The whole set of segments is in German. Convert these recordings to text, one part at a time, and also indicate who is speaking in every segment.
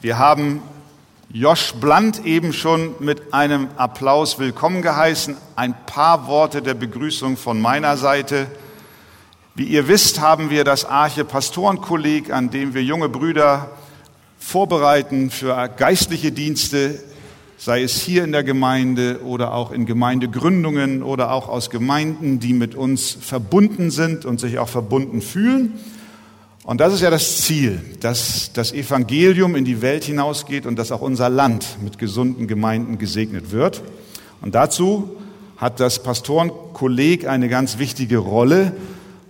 Speaker 1: Wir haben Josch Bland eben schon mit einem Applaus willkommen geheißen. Ein paar Worte der Begrüßung von meiner Seite. Wie ihr wisst, haben wir das Arche Pastorenkolleg, an dem wir junge Brüder vorbereiten für geistliche Dienste, sei es hier in der Gemeinde oder auch in Gemeindegründungen oder auch aus Gemeinden, die mit uns verbunden sind und sich auch verbunden fühlen. Und das ist ja das Ziel, dass das Evangelium in die Welt hinausgeht und dass auch unser Land mit gesunden Gemeinden gesegnet wird. Und dazu hat das Pastorenkolleg eine ganz wichtige Rolle.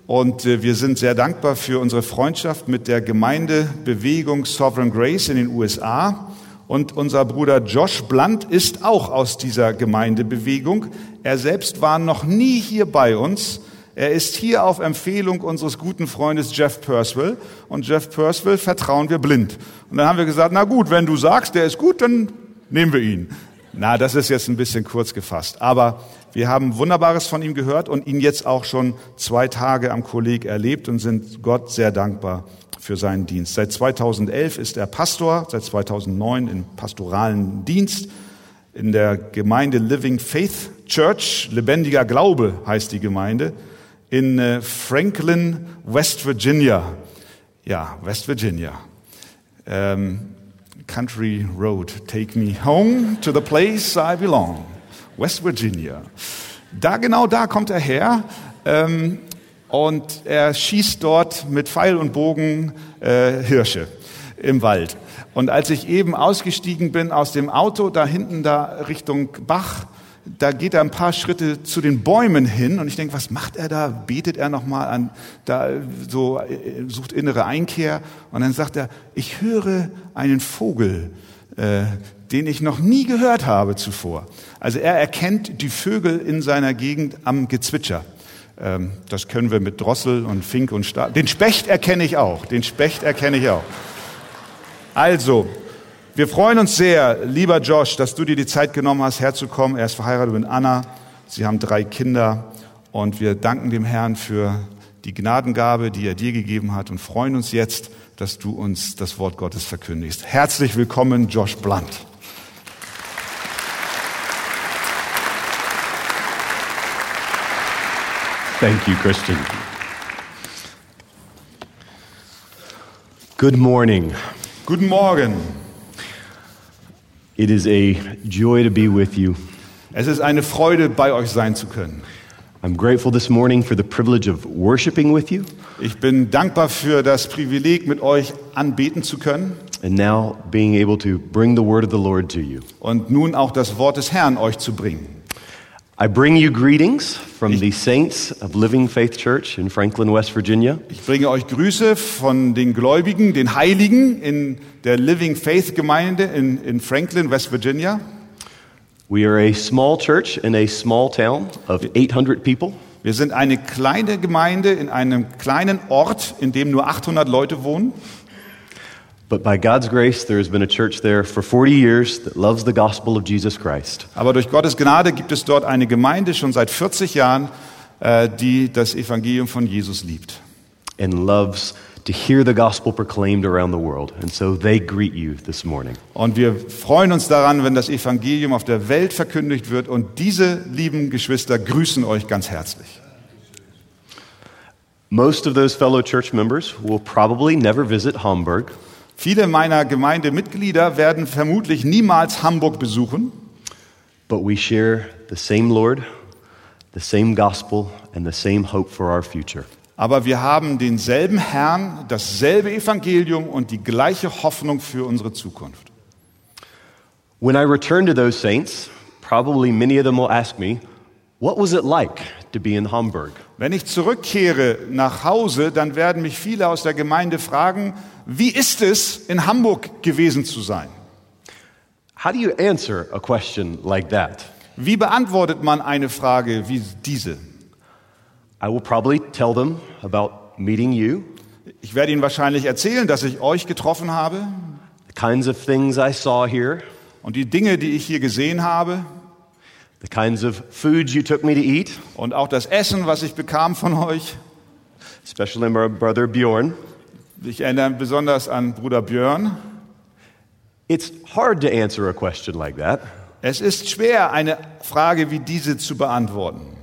Speaker 1: Und äh, wir sind sehr dankbar für unsere Freundschaft mit der Gemeindebewegung Sovereign Grace in den USA. Und unser Bruder Josh Blunt ist auch aus dieser Gemeindebewegung. Er selbst war noch nie hier bei uns. Er ist hier auf Empfehlung unseres guten Freundes Jeff Perswell. Und Jeff Perswell vertrauen wir blind. Und dann haben wir gesagt, na gut, wenn du sagst, der ist gut, dann nehmen wir ihn. Na, das ist jetzt ein bisschen kurz gefasst. Aber wir haben Wunderbares von ihm gehört und ihn jetzt auch schon zwei Tage am Kolleg erlebt und sind Gott sehr dankbar für seinen Dienst. Seit 2011 ist er Pastor, seit 2009 im pastoralen Dienst in der Gemeinde Living Faith Church, lebendiger Glaube heißt die Gemeinde in äh, Franklin, West Virginia. Ja, West Virginia. Ähm, Country Road, take me home to the place I belong. West Virginia. Da genau da kommt er her ähm, und er schießt dort mit Pfeil und Bogen äh, Hirsche im Wald. Und als ich eben ausgestiegen bin aus dem Auto, da hinten da Richtung Bach, da geht er ein paar Schritte zu den Bäumen hin und ich denke, was macht er da? Betet er nochmal an, da so äh, sucht innere Einkehr und dann sagt er, ich höre einen Vogel, äh, den ich noch nie gehört habe zuvor. Also er erkennt die Vögel in seiner Gegend am Gezwitscher. Ähm, das können wir mit Drossel und Fink und Stahl. Den Specht erkenne ich auch. Den Specht erkenne ich auch. Also, wir freuen uns sehr, lieber Josh, dass du dir die Zeit genommen hast, herzukommen. Er ist verheiratet mit Anna. Sie haben drei Kinder. Und wir danken dem Herrn für die Gnadengabe, die er dir gegeben hat und freuen uns jetzt, dass du uns das Wort Gottes verkündigst. Herzlich willkommen, Josh Blunt.
Speaker 2: Thank you, Christian. Good morning.
Speaker 1: Guten Morgen.
Speaker 2: It is a joy to be with you.
Speaker 1: Es ist eine Freude, bei euch sein zu können.
Speaker 2: I'm grateful this morning for the privilege of worshiping with you,
Speaker 1: Ich bin dankbar für das Privileg, mit euch anbeten zu können
Speaker 2: and now being able to bring the word of the Lord to you.
Speaker 1: und nun auch das Wort des Herrn euch zu bringen.
Speaker 2: I bring you greetings from the saints of Living Faith Church in Franklin, West Virginia.
Speaker 1: Ich bringe euch Grüße von den Gläubigen, den Heiligen in der Living Faith Gemeinde in, in Franklin, West Virginia.
Speaker 2: We are a small church in a small town of 800 people,
Speaker 1: Wir sind eine kleine Gemeinde in einem kleinen Ort, in dem nur 800 Leute wohnen.
Speaker 2: but by God's grace, there has been a church there for 40 years that loves the gospel of Jesus Christ.
Speaker 1: Aber durch Gottes Gnade gibt es dort eine Gemeinde schon seit 40 Jahren, äh, die das Evangelium von Jesus liebt.
Speaker 2: and loves to hear the gospel proclaimed around the world. And so they greet you this morning.
Speaker 1: Und wir freuen uns daran, wenn das Evangelium auf der Welt verkündigt wird. Und diese lieben Geschwister grüßen euch ganz herzlich.
Speaker 2: Most of those fellow church members will probably never visit Hamburg,
Speaker 1: Viele meiner Gemeindemitglieder werden vermutlich niemals Hamburg besuchen,
Speaker 2: but we share the same Lord, the same gospel, and the same hope for our future.
Speaker 1: aber wir haben denselben Herrn, dasselbe Evangelium und die gleiche Hoffnung für unsere Zukunft.
Speaker 2: When I return to those saints, probably many of them will ask me, What was it like to be in Hamburg?
Speaker 1: Wenn ich zurückkehre nach Hause, dann werden mich viele aus der Gemeinde fragen, wie ist es, in Hamburg gewesen zu sein?
Speaker 2: How do you answer a question like that?
Speaker 1: Wie beantwortet man eine Frage wie diese?
Speaker 2: I will probably tell them about meeting you,
Speaker 1: Ich werde Ihnen wahrscheinlich erzählen, dass ich euch getroffen habe
Speaker 2: the kinds of things I saw here,
Speaker 1: und die Dinge, die ich hier gesehen habe
Speaker 2: the kinds of foods you took me to eat,
Speaker 1: und auch das Essen, was ich bekam von euch.
Speaker 2: especially my brother Bjorn,
Speaker 1: Ich erinnere besonders an Bruder Björn
Speaker 2: It's hard to answer a question like that,
Speaker 1: Es ist schwer, eine Frage wie diese zu beantworten,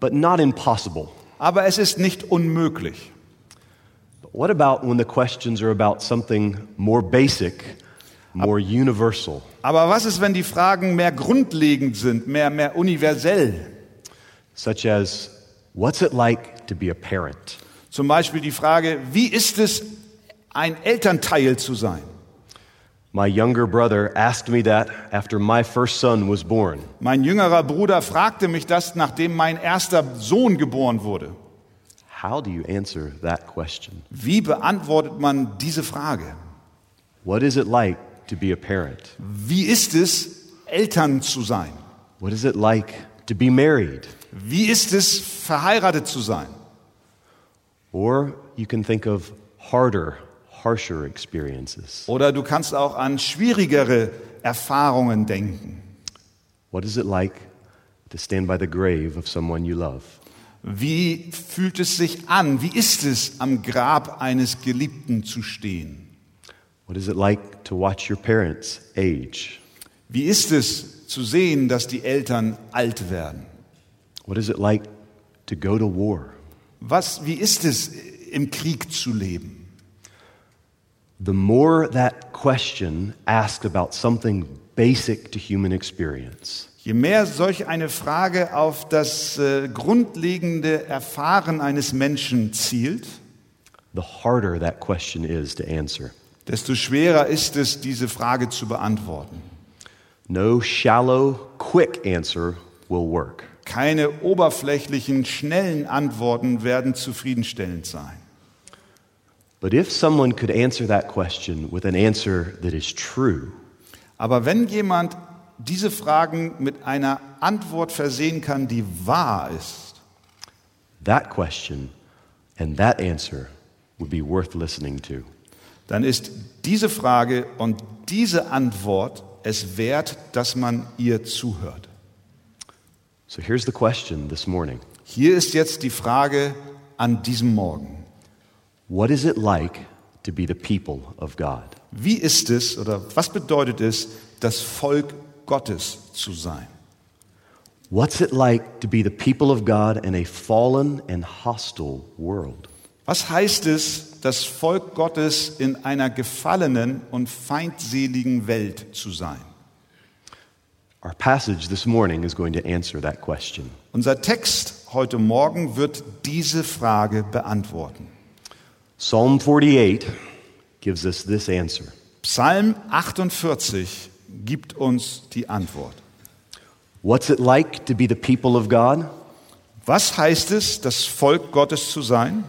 Speaker 2: but not impossible.
Speaker 1: aber es ist nicht unmöglich.
Speaker 2: But what about when the questions are about something more basic, more universal?
Speaker 1: Aber was ist, wenn die Fragen mehr grundlegend sind, mehr, mehr universell?
Speaker 2: such as what's it like to be a parent?
Speaker 1: Zum Beispiel die Frage, wie ist es, ein Elternteil zu sein?
Speaker 2: My younger brother asked me that after my first son was born.
Speaker 1: Mein jüngerer Bruder fragte mich das, nachdem mein erster Sohn geboren wurde.
Speaker 2: How do you answer that question?
Speaker 1: Wie beantwortet man diese Frage?
Speaker 2: What is it like to be a parent?
Speaker 1: Wie ist es, Eltern zu sein?
Speaker 2: What is it like to be married?
Speaker 1: Wie ist es, verheiratet zu sein?
Speaker 2: Or you can think of harder, harsher experiences.
Speaker 1: Oder du kannst auch an schwierigere Erfahrungen denken.
Speaker 2: What is it like to stand by the grave of someone you love?
Speaker 1: Wie fühlt es sich an? Wie ist es, am Grab eines Geliebten zu stehen?
Speaker 2: What is it like to watch your parents age?
Speaker 1: Wie ist es, zu sehen, dass die Eltern alt werden?
Speaker 2: What is it like to go to war?
Speaker 1: Was, wie ist es, im Krieg zu leben?
Speaker 2: The more that question asked about something basic to human experience,
Speaker 1: Je mehr solch eine Frage auf das äh, grundlegende Erfahren eines Menschen zielt,
Speaker 2: the harder that question is to answer.
Speaker 1: desto schwerer ist es, diese Frage zu beantworten.
Speaker 2: No shallow, quick answer will work.
Speaker 1: Keine oberflächlichen, schnellen Antworten werden zufriedenstellend sein.
Speaker 2: But if someone could answer that question with an answer that is true,
Speaker 1: Aber wenn jemand diese Fragen mit einer Antwort versehen kann, die wahr ist,
Speaker 2: that question and that answer would be worth listening to.
Speaker 1: dann ist diese Frage und diese Antwort es wert, dass man ihr zuhört.
Speaker 2: So here's the question this morning
Speaker 1: Hier ist jetzt die Frage an diesem Morgen.
Speaker 2: What is it like to be the people of God?
Speaker 1: Wie ist es oder was bedeutet es, das Volk Gottes zu sein?
Speaker 2: What's it like to be the people of God in a fallen and hostile world?
Speaker 1: Was heißt es, das Volk Gottes in einer gefallenen und feindseligen Welt zu sein?
Speaker 2: Our passage this morning is going to answer that question.
Speaker 1: Unser Text heute Morgen wird diese Frage beantworten.
Speaker 2: Psalm 48 gives us this answer
Speaker 1: Psalm 48 gibt uns die Antwort.
Speaker 2: What's it like to be the people of God?
Speaker 1: Was heißt es, das Volk Gottes zu sein?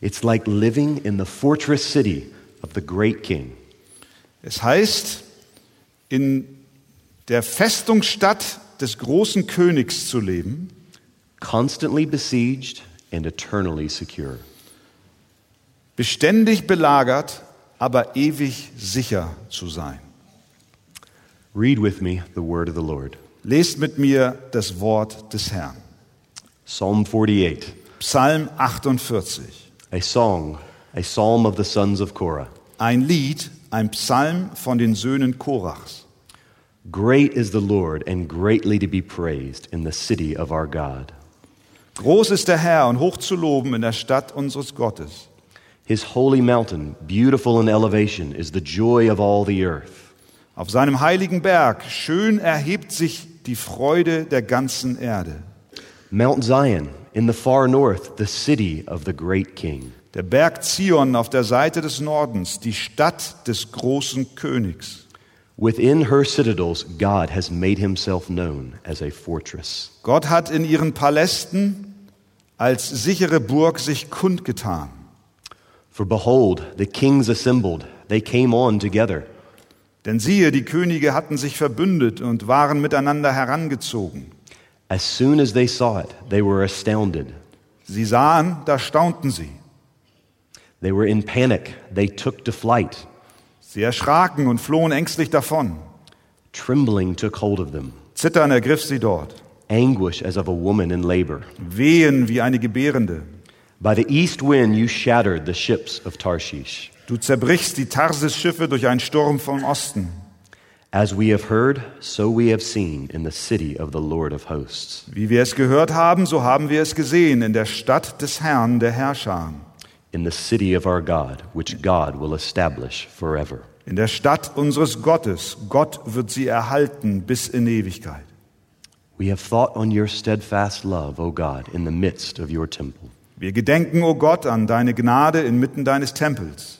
Speaker 2: It's like living in the fortress city of the great king.
Speaker 1: Es heißt, in der Festungsstadt des großen Königs zu leben,
Speaker 2: Constantly besieged and eternally secure.
Speaker 1: beständig belagert, aber ewig sicher zu sein.
Speaker 2: Read with me the word of the Lord.
Speaker 1: Lest mit mir das Wort des Herrn.
Speaker 2: Psalm 48,
Speaker 1: Psalm 48.
Speaker 2: a song, a psalm of the sons of Korah.
Speaker 1: Ein Lied, ein Psalm von den Söhnen Korachs.
Speaker 2: Great is the Lord and greatly to be praised in the city of our God.
Speaker 1: Groß ist der Herr und hoch zu loben in der Stadt unseres Gottes.
Speaker 2: His holy mountain, beautiful in elevation, is the joy of all the earth.
Speaker 1: Auf seinem heiligen Berg schön erhebt sich die Freude der ganzen Erde.
Speaker 2: Mount Zion, in the far north, the city of the great king.
Speaker 1: Der Berg Zion auf der Seite des Nordens, die Stadt des großen Königs.
Speaker 2: Within her citadels, God has made himself known as a fortress.
Speaker 1: Gott hat in ihren Palästen als sichere Burg sich kundgetan.
Speaker 2: For behold, the kings assembled, they came on together.
Speaker 1: Denn siehe, die Könige hatten sich verbündet und waren miteinander herangezogen.
Speaker 2: As soon as they saw it, they were astounded.
Speaker 1: Sie sahen, da staunten sie.
Speaker 2: They were in panic, they took to flight.
Speaker 1: Sie erschraken und flohen ängstlich davon.
Speaker 2: Trembling took hold of them.
Speaker 1: Zittern ergriff sie dort.
Speaker 2: anguish as of a woman in labor,
Speaker 1: Wehen wie eine Gebärende.
Speaker 2: By the east wind, you shattered the ships of Tarshish.
Speaker 1: Du zerbrichst die Tarsis-Schiffe durch einen Sturm vom Osten.
Speaker 2: As we have heard, so we have seen in the city of the Lord of hosts.
Speaker 1: Wie wir es gehört haben, so haben wir es gesehen in der Stadt des Herrn der Herrscher,
Speaker 2: in the city of our God, which God will establish forever.
Speaker 1: in der Stadt unseres Gottes. Gott wird sie erhalten bis in Ewigkeit.
Speaker 2: We have thought on your steadfast love, O God, in the midst of your temple.
Speaker 1: Wir gedenken, o Gott, an deine Gnade inmitten deines Tempels.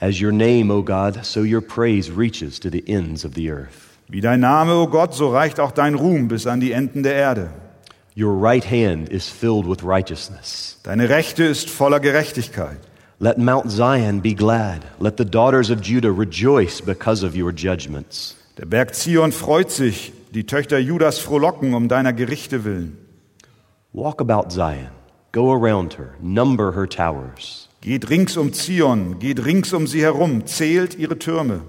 Speaker 2: As your name, O God, so your praise reaches to the ends of the earth.
Speaker 1: Wie dein Name, o Gott, so reicht auch dein Ruhm bis an die Enden der Erde.
Speaker 2: Your right hand is filled with righteousness.
Speaker 1: Deine Rechte ist voller Gerechtigkeit.
Speaker 2: Let Mount Zion be glad. Let the daughters of Judah rejoice because of your judgments.
Speaker 1: Der Berg Zion freut sich, die Töchter Judas frohlocken um deiner Gerichte willen.
Speaker 2: Walk about Zion, go around her, number her towers.
Speaker 1: Geht rings um Zion, geht rings um sie herum, zählt ihre Türme.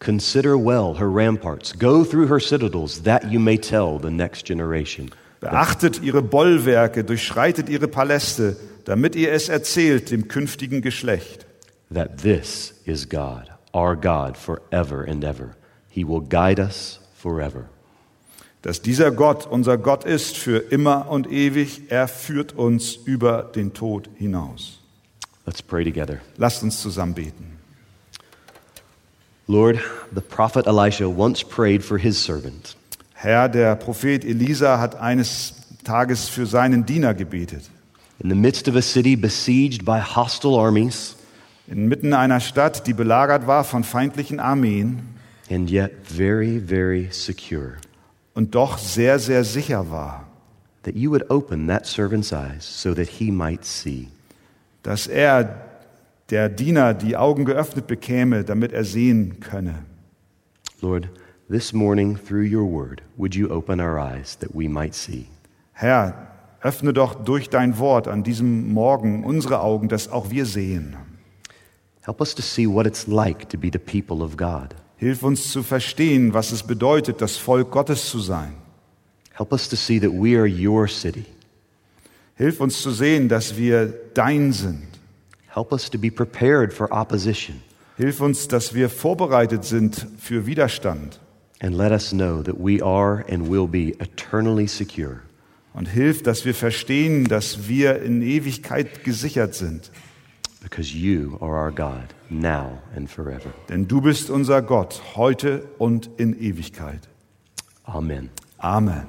Speaker 2: Consider well her ramparts, go through her citadels, that you may tell the next generation.
Speaker 1: Beachtet ihre Bollwerke, durchschreitet ihre Paläste, damit ihr es erzählt dem künftigen Geschlecht.
Speaker 2: that this is God, our God, forever and ever. He will guide us forever.
Speaker 1: Dass dieser Gott unser Gott ist für immer und ewig, er führt uns über den Tod hinaus.
Speaker 2: Let's pray together.
Speaker 1: Lasst uns zusammen beten.
Speaker 2: Lord, the prophet Elisha once prayed for his servant,
Speaker 1: Herr, der Prophet Elisa hat eines Tages für seinen Diener gebetet.
Speaker 2: in the midst of a city besieged by hostile armies,
Speaker 1: Inmitten einer Stadt, die belagert war von feindlichen Armeen
Speaker 2: and yet very, very secure,
Speaker 1: und doch sehr, sehr sicher war,
Speaker 2: that you would open that servant's eyes so that he might see.
Speaker 1: dass er, der Diener, die Augen geöffnet bekäme, damit er sehen könne.
Speaker 2: Lord, this morning, through your word, would you open our eyes that we might see?
Speaker 1: Herr, öffne doch durch dein Wort an diesem Morgen unsere Augen, dass auch wir sehen.
Speaker 2: Help us to see what it's like to be the people of God.
Speaker 1: Hilf uns zu verstehen, was es bedeutet, das Volk Gottes zu sein.
Speaker 2: Help us to see that we are your city.
Speaker 1: Hilf uns zu sehen, dass wir dein sind.
Speaker 2: Help us to be prepared for opposition.
Speaker 1: Hilf uns, dass wir vorbereitet sind für Widerstand.
Speaker 2: And let us know that we are and will be eternally secure.
Speaker 1: Und hilf, dass wir verstehen, dass wir in Ewigkeit gesichert sind.
Speaker 2: Because you are our God, now and forever.
Speaker 1: Denn du bist unser Gott, heute und in Ewigkeit.
Speaker 2: Amen.
Speaker 1: Amen.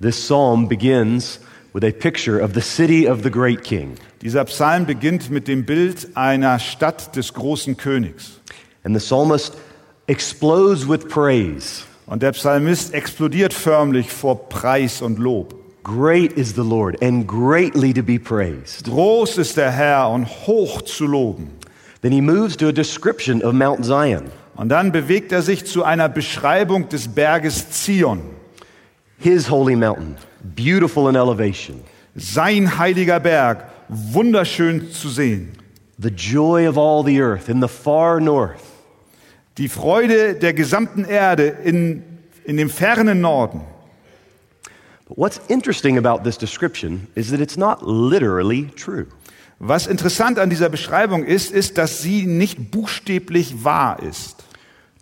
Speaker 2: This psalm begins with a picture of the city of the great king.
Speaker 1: Dieser Psalm beginnt mit dem Bild einer Stadt des großen Königs.
Speaker 2: And the psalmist explodes with praise.
Speaker 1: Und der Psalmist explodiert förmlich vor Preis und Lob.
Speaker 2: Great is the Lord and greatly to be praised.
Speaker 1: Groß ist der Herr und hoch zu loben.
Speaker 2: Then he moves to a description of Mount Zion.
Speaker 1: Und dann bewegt er sich zu einer Beschreibung des Berges Zion,
Speaker 2: His holy mountain, beautiful in elevation,
Speaker 1: sein heiliger Berg, wunderschön zu sehen.
Speaker 2: the joy of all the earth in the far north.
Speaker 1: Die Freude der gesamten Erde in, in dem fernen Norden.
Speaker 2: But what's interesting about this description is that it's not literally true.
Speaker 1: Was interessant an dieser Beschreibung ist, ist, dass sie nicht buchstäblich wahr ist.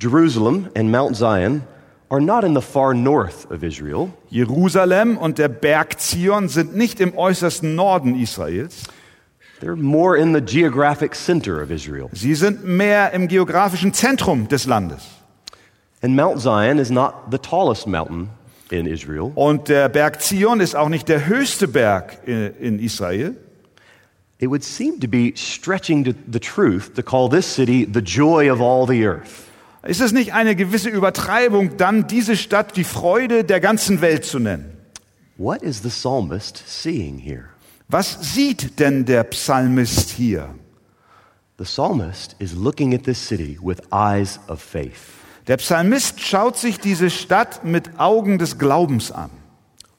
Speaker 2: Jerusalem and Mount Zion are not in the far north of Israel,
Speaker 1: Jerusalem und der Berg Zion sind nicht im äußersten Norden Israels.
Speaker 2: they're more in the geographic center of Israel.
Speaker 1: Sie sind mehr im geografischen Zentrum des Landes.
Speaker 2: And Mount Zion is not the tallest mountain in Israel,
Speaker 1: Und der Berg Zion ist auch nicht der höchste Berg in in Israel.
Speaker 2: it would seem to be stretching to the truth to call this city the joy of all the earth.
Speaker 1: Ist es nicht eine gewisse Übertreibung, dann diese Stadt die Freude der ganzen Welt zu nennen?
Speaker 2: What is the psalmist seeing here?
Speaker 1: Was sieht denn der Psalmist hier?
Speaker 2: The psalmist is looking at this city with eyes of faith.
Speaker 1: Der Psalmist schaut sich diese Stadt mit Augen des Glaubens an.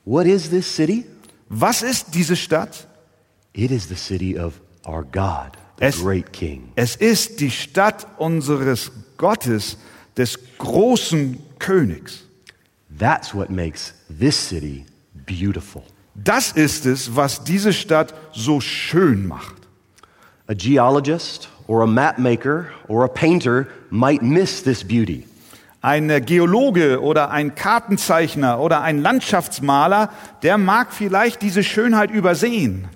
Speaker 2: What is this city?
Speaker 1: Was ist diese Stadt?
Speaker 2: It is the city of our God, the
Speaker 1: Es-
Speaker 2: great King.
Speaker 1: Es ist die Stadt unseres Gottes, des großen Königs.
Speaker 2: That's what makes this city beautiful.
Speaker 1: Das ist es, was diese Stadt so schön macht.
Speaker 2: A geologist or a map maker or a painter might miss this beauty.
Speaker 1: Ein äh, Geologe oder ein Kartenzeichner oder ein Landschaftsmaler, der mag vielleicht diese Schönheit übersehen,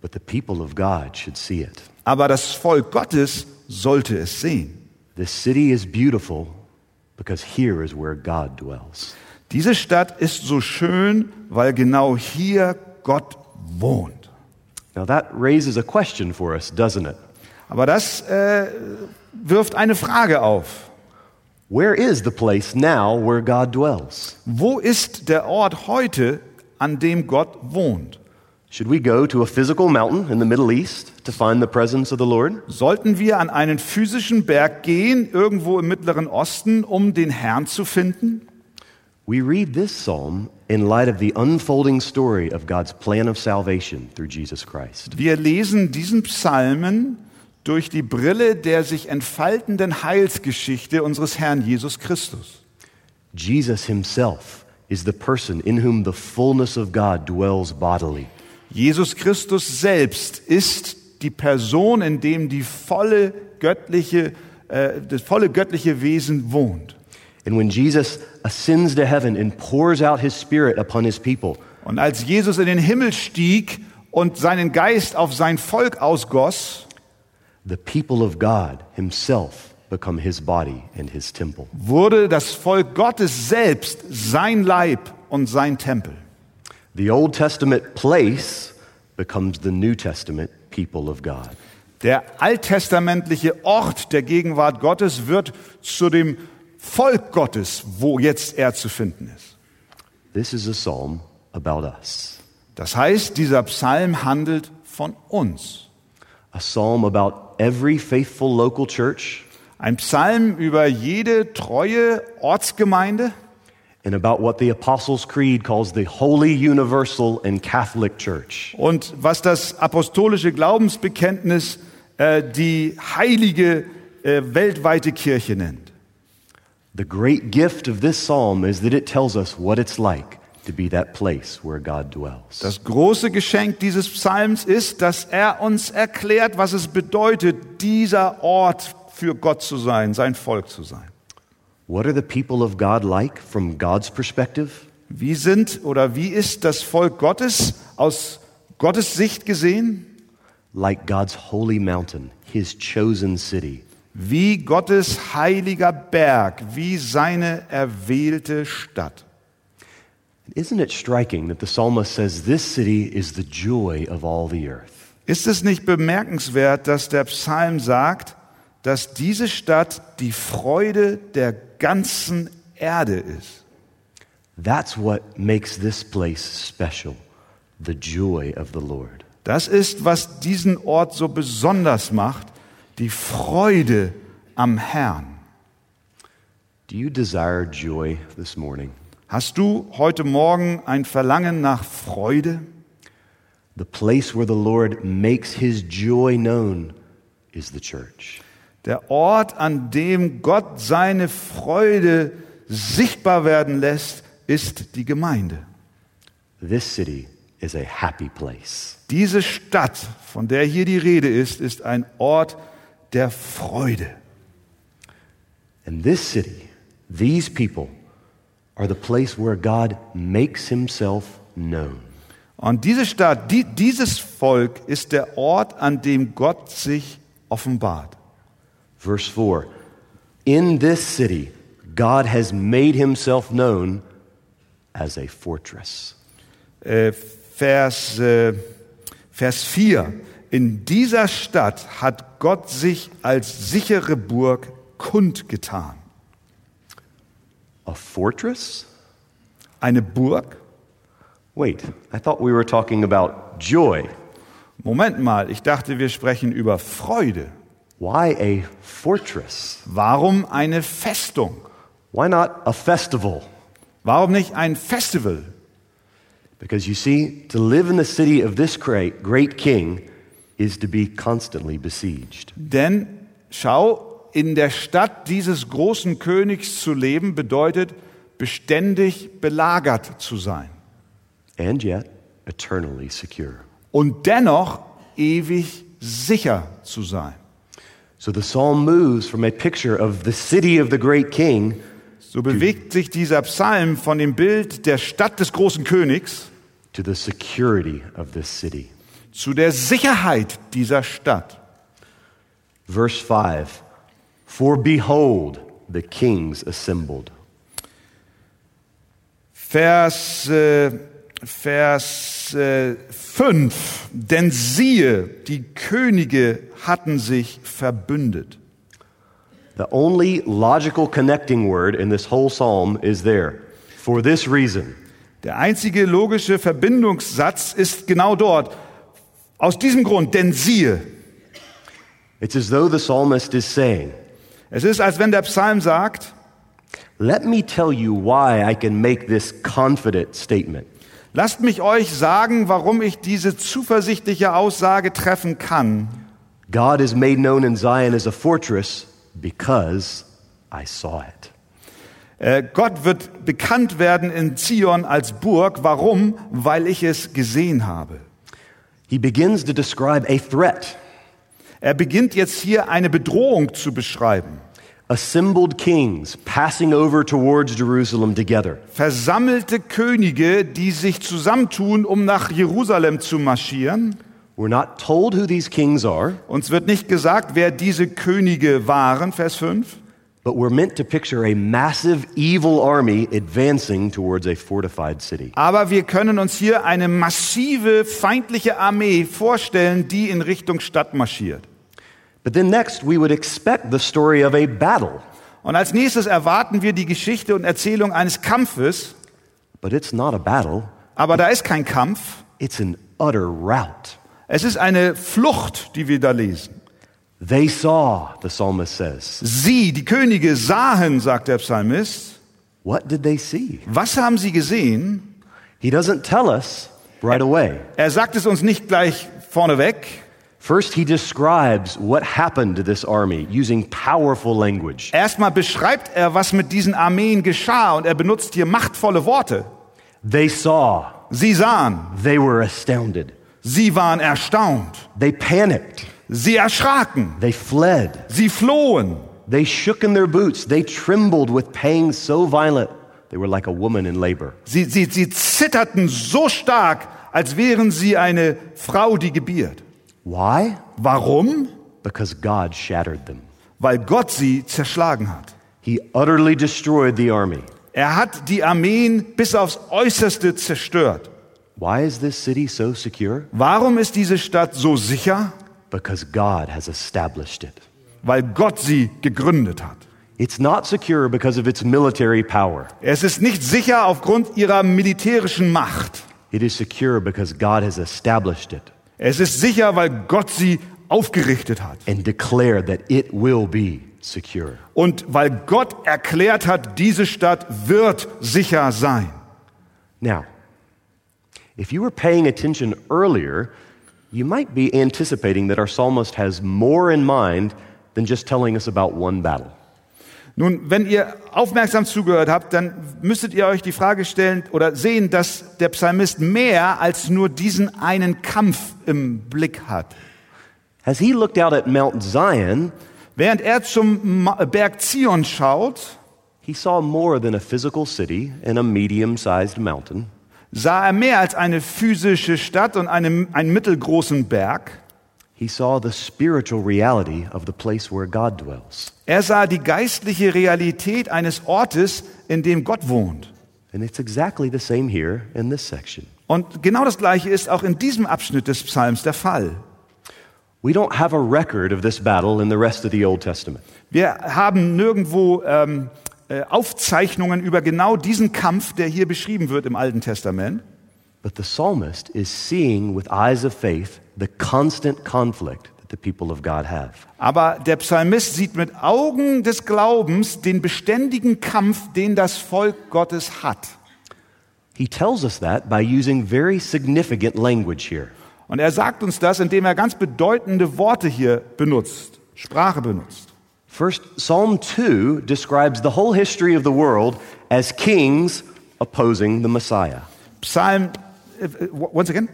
Speaker 2: But the people of God should see it.
Speaker 1: aber das Volk Gottes sollte es sehen.
Speaker 2: This city is beautiful because here is where God dwells.
Speaker 1: Diese Stadt ist so schön, weil genau hier Gott wohnt.
Speaker 2: Now, that raises a question for us, doesn't it?
Speaker 1: Aber das äh, wirft eine Frage auf.
Speaker 2: Where is the place now where God dwells?
Speaker 1: Wo ist der Ort heute, an dem Gott wohnt?
Speaker 2: Should we go to a physical mountain in the Middle East to find the presence of the Lord?
Speaker 1: Sollten wir an einen physischen Berg gehen, irgendwo im Mittleren Osten, um den Herrn zu finden?
Speaker 2: We read this psalm in light of the unfolding story of God's plan of salvation through Jesus Christ.
Speaker 1: Wir lesen diesen Psalmen durch die Brille der sich entfaltenden Heilsgeschichte unseres Herrn Jesus Christus.
Speaker 2: Jesus himself is the person in whom the fullness of God dwells bodily.
Speaker 1: Jesus Christus selbst ist die Person, in dem die volle göttliche, äh, das volle göttliche Wesen wohnt.
Speaker 2: And when Jesus ascends to heaven and pours out his spirit upon his people,
Speaker 1: Und als Jesus in den Himmel stieg und seinen Geist auf sein Volk ausgoss,
Speaker 2: the people of God himself become his body and his temple.
Speaker 1: wurde das Volk Gottes selbst sein Leib und sein Tempel.
Speaker 2: The Old Testament place becomes the New Testament people of God.
Speaker 1: Der alttestamentliche Ort der Gegenwart Gottes wird zu dem Volk Gottes, wo jetzt er zu finden ist.
Speaker 2: This is a psalm about us,
Speaker 1: Das heißt, dieser Psalm handelt von uns.
Speaker 2: a psalm about every faithful local church
Speaker 1: Ein Psalm über jede treue Ortsgemeinde
Speaker 2: and about what the Apostles' Creed calls the holy, universal, and Catholic church.
Speaker 1: und was das apostolische Glaubensbekenntnis äh, die heilige äh, weltweite Kirche nennt.
Speaker 2: The great gift of this psalm is that it tells us what it's like to be that place where God dwells.
Speaker 1: Das große Geschenk dieses Psalms ist, dass er uns erklärt, was es bedeutet, dieser Ort für Gott zu sein, sein Volk zu sein.
Speaker 2: What are the people of God like from God's perspective?
Speaker 1: Wie sind oder wie ist das Volk Gottes aus Gottes Sicht gesehen?
Speaker 2: Like God's holy mountain, his chosen city.
Speaker 1: Wie Gottes heiliger Berg, wie seine erwählte Stadt.
Speaker 2: Isn't it striking that the psalmist says this city is the joy of all the earth?
Speaker 1: Ist es nicht bemerkenswert, dass der Psalm sagt, dass diese Stadt die Freude der ganzen Erde ist?
Speaker 2: That's what makes this place special the joy of the Lord.
Speaker 1: Das ist, was diesen Ort so besonders macht, die Freude am Herrn.
Speaker 2: Do you desire joy this morning?
Speaker 1: Hast du heute Morgen ein Verlangen nach Freude?
Speaker 2: The place where the Lord makes his joy known is the church.
Speaker 1: Der Ort, an dem Gott seine Freude sichtbar werden lässt, ist die Gemeinde.
Speaker 2: This city is a happy place.
Speaker 1: Diese Stadt, von der hier die Rede ist, ist ein Ort der Freude.
Speaker 2: And this city, these people, are the place where God makes himself known.
Speaker 1: Und diese Stadt, die, dieses Volk ist der Ort, an dem Gott sich offenbart.
Speaker 2: Verse 4 In this city, God has made himself known as a fortress.
Speaker 1: äh, Vers, äh, Vers 4. In dieser Stadt hat Gott sich als sichere Burg kundgetan.
Speaker 2: A fortress?
Speaker 1: Eine Burg?
Speaker 2: Wait, I thought we were talking about joy.
Speaker 1: Moment mal, ich dachte, wir sprechen über Freude.
Speaker 2: Why a fortress?
Speaker 1: Warum eine Festung?
Speaker 2: Why not a festival?
Speaker 1: Warum nicht ein Festival?
Speaker 2: Because you see, to live in the city of this great, great king is to be constantly besieged.
Speaker 1: Denn schau, in der Stadt dieses großen Königs zu leben bedeutet, beständig belagert zu sein.
Speaker 2: And yet, eternally secure.
Speaker 1: und dennoch ewig sicher zu sein.
Speaker 2: So the psalm moves from a picture of the city of the great king
Speaker 1: So bewegt sich dieser Psalm von dem Bild der Stadt des großen Königs
Speaker 2: to the security of this city.
Speaker 1: zu der Sicherheit dieser Stadt.
Speaker 2: Verse 5 For behold, the kings assembled.
Speaker 1: Vers, äh, Vers äh, 5. Denn siehe, die Könige hatten sich verbündet.
Speaker 2: The only logical connecting word in this whole psalm is there. For this reason,
Speaker 1: Der einzige logische Verbindungssatz ist genau dort. Aus diesem Grund, denn siehe.
Speaker 2: it's as though the psalmist is saying,
Speaker 1: Es ist, als wenn der Psalm sagt,
Speaker 2: Let me tell you why I can make this confident statement.
Speaker 1: lasst mich euch sagen, warum ich diese zuversichtliche Aussage treffen kann.
Speaker 2: God is made known in Zion as a fortress because I saw it.
Speaker 1: Äh, Gott wird bekannt werden in Zion als Burg. Warum? Weil ich es gesehen habe.
Speaker 2: He begins to describe a threat.
Speaker 1: Er beginnt jetzt hier eine Bedrohung zu beschreiben.
Speaker 2: Assembled kings passing over towards Jerusalem together.
Speaker 1: Versammelte Könige, die sich zusammentun, um nach Jerusalem zu marschieren.
Speaker 2: We're not told who these kings are,
Speaker 1: Uns wird nicht gesagt, wer diese Könige waren, Vers 5.
Speaker 2: but we're meant to picture a massive evil army advancing towards a fortified city.
Speaker 1: Aber wir können uns hier eine massive feindliche Armee vorstellen, die in Richtung Stadt marschiert.
Speaker 2: But then next, we would expect the story of a battle,
Speaker 1: Und als nächstes erwarten wir die Geschichte und Erzählung eines Kampfes.
Speaker 2: but it's not a battle,
Speaker 1: Aber da ist kein Kampf.
Speaker 2: it's an utter rout.
Speaker 1: Es ist eine Flucht, die wir da lesen.
Speaker 2: They saw, the psalmist says.
Speaker 1: Sie, die Könige, sahen, sagt der Psalmist.
Speaker 2: What did they see?
Speaker 1: Was haben sie gesehen?
Speaker 2: He doesn't tell us right away.
Speaker 1: Er sagt es uns nicht gleich vorneweg.
Speaker 2: First, he describes what happened to this army using powerful language.
Speaker 1: Erstmal beschreibt er, was mit diesen Armeen geschah und er benutzt hier machtvolle Worte.
Speaker 2: They saw,
Speaker 1: Sie sahen,
Speaker 2: they were astounded,
Speaker 1: sie waren erstaunt,
Speaker 2: they panicked,
Speaker 1: sie erschraken,
Speaker 2: they fled,
Speaker 1: sie flohen,
Speaker 2: they shook in their boots, they trembled with pangs so violent they were like a woman in labor.
Speaker 1: sie, sie, sie zitterten so stark, als wären sie eine Frau, die gebiert.
Speaker 2: Why?
Speaker 1: Warum?
Speaker 2: Because God shattered them.
Speaker 1: Weil Gott sie zerschlagen hat.
Speaker 2: He utterly destroyed the army.
Speaker 1: Er hat die Armeen bis aufs Äußerste zerstört.
Speaker 2: Why is this city so secure?
Speaker 1: Warum ist diese Stadt so sicher?
Speaker 2: Because God has established it.
Speaker 1: Weil Gott sie gegründet hat.
Speaker 2: It's not secure because of its military power.
Speaker 1: Es ist nicht sicher aufgrund ihrer militärischen Macht.
Speaker 2: It is secure because God has established it
Speaker 1: Es ist sicher, weil Gott sie aufgerichtet hat.
Speaker 2: and declared that it will be secure.
Speaker 1: Und weil Gott erklärt hat, diese Stadt wird sicher sein.
Speaker 2: Now, if you were paying attention earlier, you might be anticipating that our psalmist has more in mind than just telling us about one battle.
Speaker 1: Nun, wenn ihr aufmerksam zugehört habt, dann müsstet ihr euch die Frage stellen oder sehen, dass der Psalmist mehr als nur diesen einen Kampf im Blick hat.
Speaker 2: As he looked out at Mount Zion,
Speaker 1: Während er zum Ma- Berg Zion schaut,
Speaker 2: he saw more than a physical city and a medium sized mountain.
Speaker 1: sah er mehr als eine physische Stadt und einen, einen mittelgroßen Berg.
Speaker 2: He saw the spiritual reality of the place where God dwells.
Speaker 1: Er sah die geistliche Realität eines Ortes, in dem Gott wohnt.
Speaker 2: And it's exactly the same here in this section.
Speaker 1: Und genau das Gleiche ist auch in diesem Abschnitt des Psalms der Fall.
Speaker 2: We don't have a record of this battle in the rest of the Old Testament.
Speaker 1: Wir haben nirgendwo ähm, äh, Aufzeichnungen über genau diesen Kampf, der hier beschrieben wird im Alten Testament.
Speaker 2: But the psalmist is seeing with eyes of faith the constant conflict that the people of God have.
Speaker 1: Aber der Psalmist sieht mit Augen des Glaubens den beständigen Kampf, den das Volk Gottes hat.
Speaker 2: He tells us that by using very significant language here.
Speaker 1: Und er sagt uns das, indem er ganz bedeutende Worte hier benutzt, Sprache benutzt.
Speaker 2: First, Psalm 2 describes the whole history of the world as kings opposing the Messiah.
Speaker 1: Psalm äh, once again,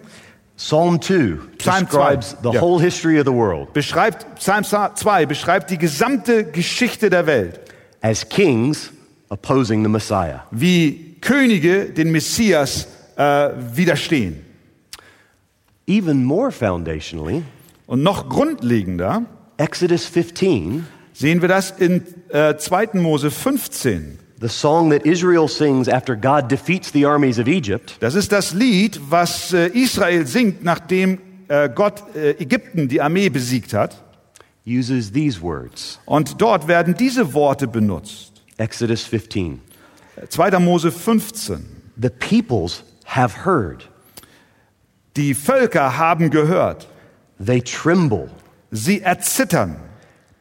Speaker 2: Psalm 2
Speaker 1: Psalm
Speaker 2: describes
Speaker 1: 2,
Speaker 2: the
Speaker 1: yeah.
Speaker 2: whole history of the world.
Speaker 1: beschreibt, Psalm 2 beschreibt die gesamte Geschichte der Welt,
Speaker 2: as kings opposing the Messiah.
Speaker 1: wie Könige den Messias äh, widerstehen.
Speaker 2: Even more foundationally,
Speaker 1: Und noch grundlegender
Speaker 2: Exodus 15,
Speaker 1: sehen wir das in äh, 2. Mose 15.
Speaker 2: the song that Israel sings after God defeats the armies of Egypt,
Speaker 1: Das ist das Lied, was äh, Israel singt, nachdem äh, Gott äh, Ägypten die Armee besiegt hat.
Speaker 2: uses these words.
Speaker 1: Und dort werden diese Worte benutzt.
Speaker 2: Exodus 15.
Speaker 1: 2. Mose 15.
Speaker 2: The peoples have heard,
Speaker 1: Die Völker haben gehört.
Speaker 2: they tremble.
Speaker 1: Sie erzittern.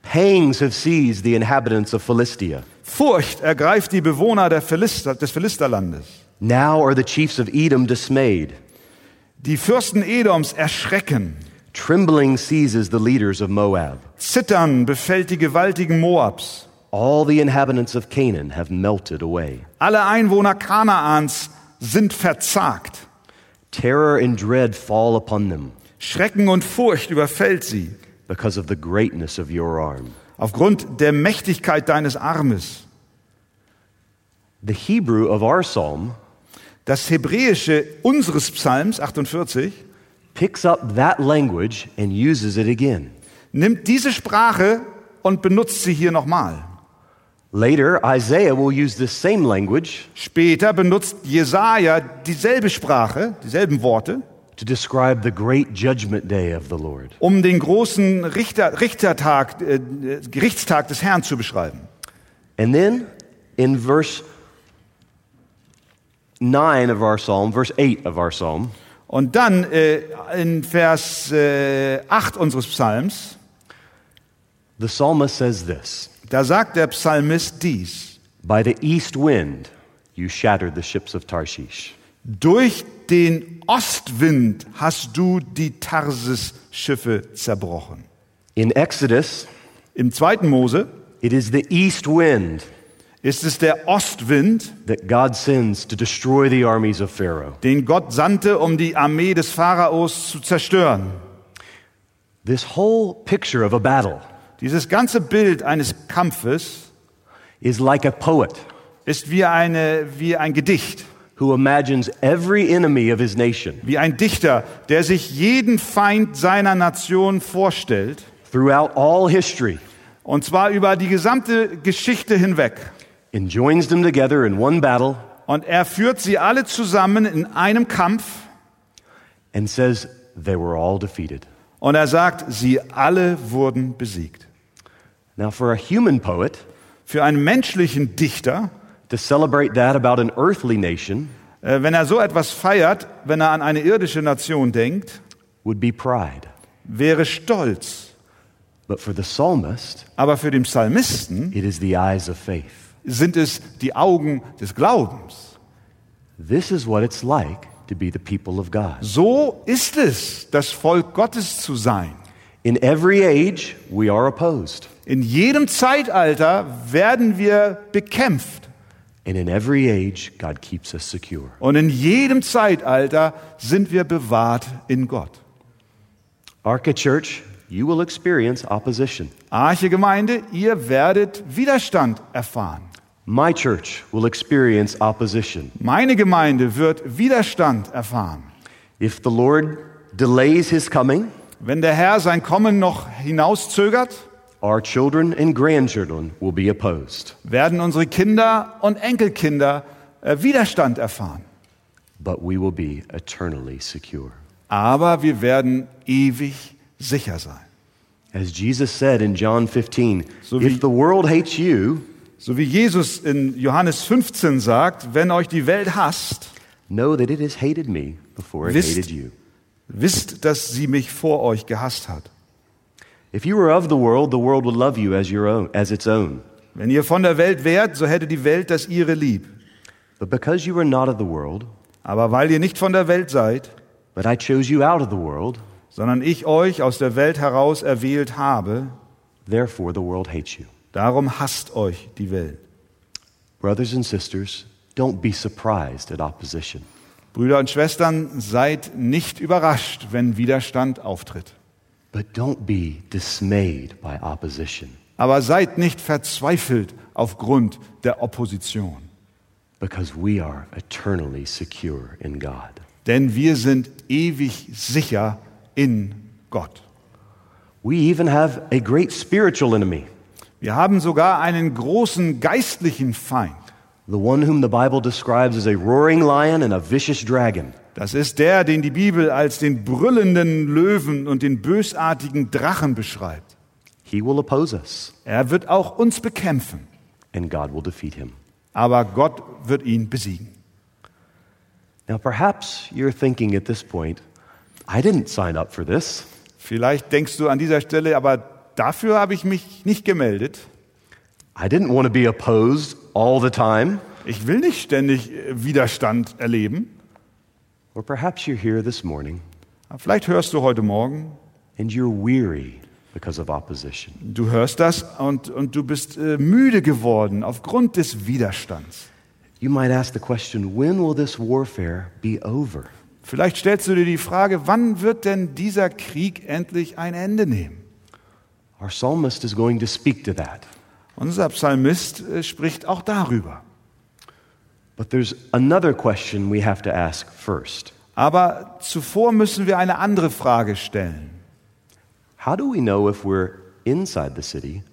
Speaker 2: Pangs have seized the inhabitants of Philistia.
Speaker 1: Furcht ergreift die Bewohner der Philister, des Philisterlandes.
Speaker 2: Now are the chiefs of Edom dismayed.
Speaker 1: Die Fürsten Edoms erschrecken.
Speaker 2: Trembling seizes the leaders of Moab.
Speaker 1: Zittern befällt die gewaltigen Moabs.
Speaker 2: All the inhabitants of Canaan have melted away.
Speaker 1: Alle Einwohner Kanaans sind verzagt.
Speaker 2: Terror and dread fall upon them
Speaker 1: Schrecken und Furcht überfällt sie
Speaker 2: because of the greatness of your arm.
Speaker 1: aufgrund der Mächtigkeit deines Armes.
Speaker 2: The Hebrew of our psalm
Speaker 1: Das Hebräische unseres Psalms 48
Speaker 2: picks up that language and uses it again.
Speaker 1: nimmt diese Sprache und benutzt sie hier nochmal.
Speaker 2: Later, Isaiah will use this same language
Speaker 1: Später benutzt Jesaja dieselbe Sprache, dieselben Worte,
Speaker 2: to describe the great judgment day of the Lord.
Speaker 1: um den großen Richter, Richtertag, äh, Gerichtstag des Herrn zu beschreiben.
Speaker 2: And then in verse 9 of our psalm, verse 8 of our psalm,
Speaker 1: Und dann äh, in Vers äh, 8 unseres Psalms,
Speaker 2: the psalmist says this
Speaker 1: da sagt der Psalmist dies.
Speaker 2: By the east wind, you shattered the ships of Tarshish.
Speaker 1: Durch den Ostwind hast du die Tarsis-Schiffe zerbrochen.
Speaker 2: In Exodus,
Speaker 1: Im zweiten Mose
Speaker 2: It is the east wind
Speaker 1: ist es der Ostwind,
Speaker 2: that God sends to destroy the armies of Pharaoh.
Speaker 1: den Gott sandte, um die Armee des Pharaos zu zerstören.
Speaker 2: This whole picture of a battle
Speaker 1: Dieses ganze Bild eines Kampfes
Speaker 2: is like a poet
Speaker 1: ist wie, eine, wie ein Gedicht,
Speaker 2: who imagines every enemy of his nation
Speaker 1: wie ein Dichter, der sich jeden Feind seiner Nation vorstellt,
Speaker 2: throughout all history
Speaker 1: und zwar über die gesamte Geschichte hinweg.
Speaker 2: and joins them together in one battle
Speaker 1: Und er führt sie alle zusammen in einem Kampf
Speaker 2: and says, They were all defeated.
Speaker 1: und er sagt, sie alle wurden besiegt.
Speaker 2: Now, for a human poet
Speaker 1: Für einen menschlichen Dichter,
Speaker 2: to celebrate that about an earthly nation
Speaker 1: äh, wenn er so etwas feiert, wenn er an eine irdische Nation denkt,
Speaker 2: would be pride.
Speaker 1: wäre stolz.
Speaker 2: But for the psalmist,
Speaker 1: Aber für den Psalmisten
Speaker 2: it is the eyes of faith.
Speaker 1: sind es die Augen des Glaubens.
Speaker 2: This is what it's like to be the people of God.
Speaker 1: So ist es, das Volk Gottes zu sein.
Speaker 2: In every age, we are opposed.
Speaker 1: In jedem Zeitalter werden wir bekämpft
Speaker 2: And in every age, God keeps us secure.
Speaker 1: und in jedem Zeitalter sind wir bewahrt in Gott.
Speaker 2: Arca Church, you will experience opposition.
Speaker 1: Arche Gemeinde, ihr werdet Widerstand erfahren.
Speaker 2: My church will experience opposition.
Speaker 1: Meine Gemeinde wird Widerstand erfahren.
Speaker 2: If the Lord delays his coming,
Speaker 1: Wenn der Herr sein Kommen noch hinauszögert,
Speaker 2: our children and grandchildren will be opposed.
Speaker 1: werden unsere Kinder und Enkelkinder äh, Widerstand erfahren.
Speaker 2: But we will be eternally secure.
Speaker 1: Aber wir werden ewig sicher sein.
Speaker 2: As Jesus said in John 15,
Speaker 1: So we-
Speaker 2: if the world hates you,
Speaker 1: So wie Jesus in Johannes 15 sagt, wenn euch die Welt hasst,
Speaker 2: know that it has hated me before it
Speaker 1: Wisst-
Speaker 2: hated you.
Speaker 1: wisst, dass sie mich vor euch gehasst hat.
Speaker 2: If you were of the world, the world would love you as your own, as its own.
Speaker 1: Wenn ihr von der Welt wärt, so hätte die Welt das ihre lieb.
Speaker 2: But because you are not of the world,
Speaker 1: Aber weil ihr nicht von der Welt seid,
Speaker 2: but I chose you out of the world,
Speaker 1: sondern ich euch aus der Welt heraus erwählt habe,
Speaker 2: therefore the world hates you.
Speaker 1: darum hasst euch die Welt.
Speaker 2: Brothers and sisters, don't be surprised at opposition.
Speaker 1: Brüder und Schwestern, seid nicht überrascht, wenn Widerstand auftritt.
Speaker 2: But don't be dismayed by opposition,
Speaker 1: Aber seid nicht verzweifelt aufgrund der Opposition.
Speaker 2: because we are eternally secure in God.
Speaker 1: Denn wir sind ewig sicher in Gott.
Speaker 2: We even have a great spiritual enemy,
Speaker 1: Wir haben sogar einen großen geistlichen Feind.
Speaker 2: the one whom the Bible describes as a roaring lion and a vicious dragon.
Speaker 1: Das ist der, den die Bibel als den brüllenden Löwen und den bösartigen Drachen beschreibt.
Speaker 2: He will oppose us,
Speaker 1: Er wird auch uns bekämpfen,
Speaker 2: and God will defeat him.
Speaker 1: aber Gott wird ihn besiegen.
Speaker 2: Now, perhaps you're thinking at this point, I didn't sign up for this.
Speaker 1: Vielleicht denkst du an dieser Stelle, aber dafür habe ich mich nicht gemeldet.
Speaker 2: I didn't want to be opposed all the time.
Speaker 1: Ich will nicht ständig äh, Widerstand erleben.
Speaker 2: Or perhaps you're here this morning
Speaker 1: Aber Vielleicht hörst du heute Morgen,
Speaker 2: and you're weary because of opposition.
Speaker 1: du hörst das und, und du bist äh, müde geworden aufgrund des Widerstands.
Speaker 2: You might ask the question when will this warfare be over?
Speaker 1: Vielleicht stellst du dir die Frage, wann wird denn dieser Krieg endlich ein Ende nehmen?
Speaker 2: Our psalmist is going to speak to that.
Speaker 1: Unser Psalmist äh, spricht auch darüber.
Speaker 2: But there's another question we have to ask first.
Speaker 1: Aber zuvor müssen wir eine andere Frage stellen.
Speaker 2: How do we know if we're inside the city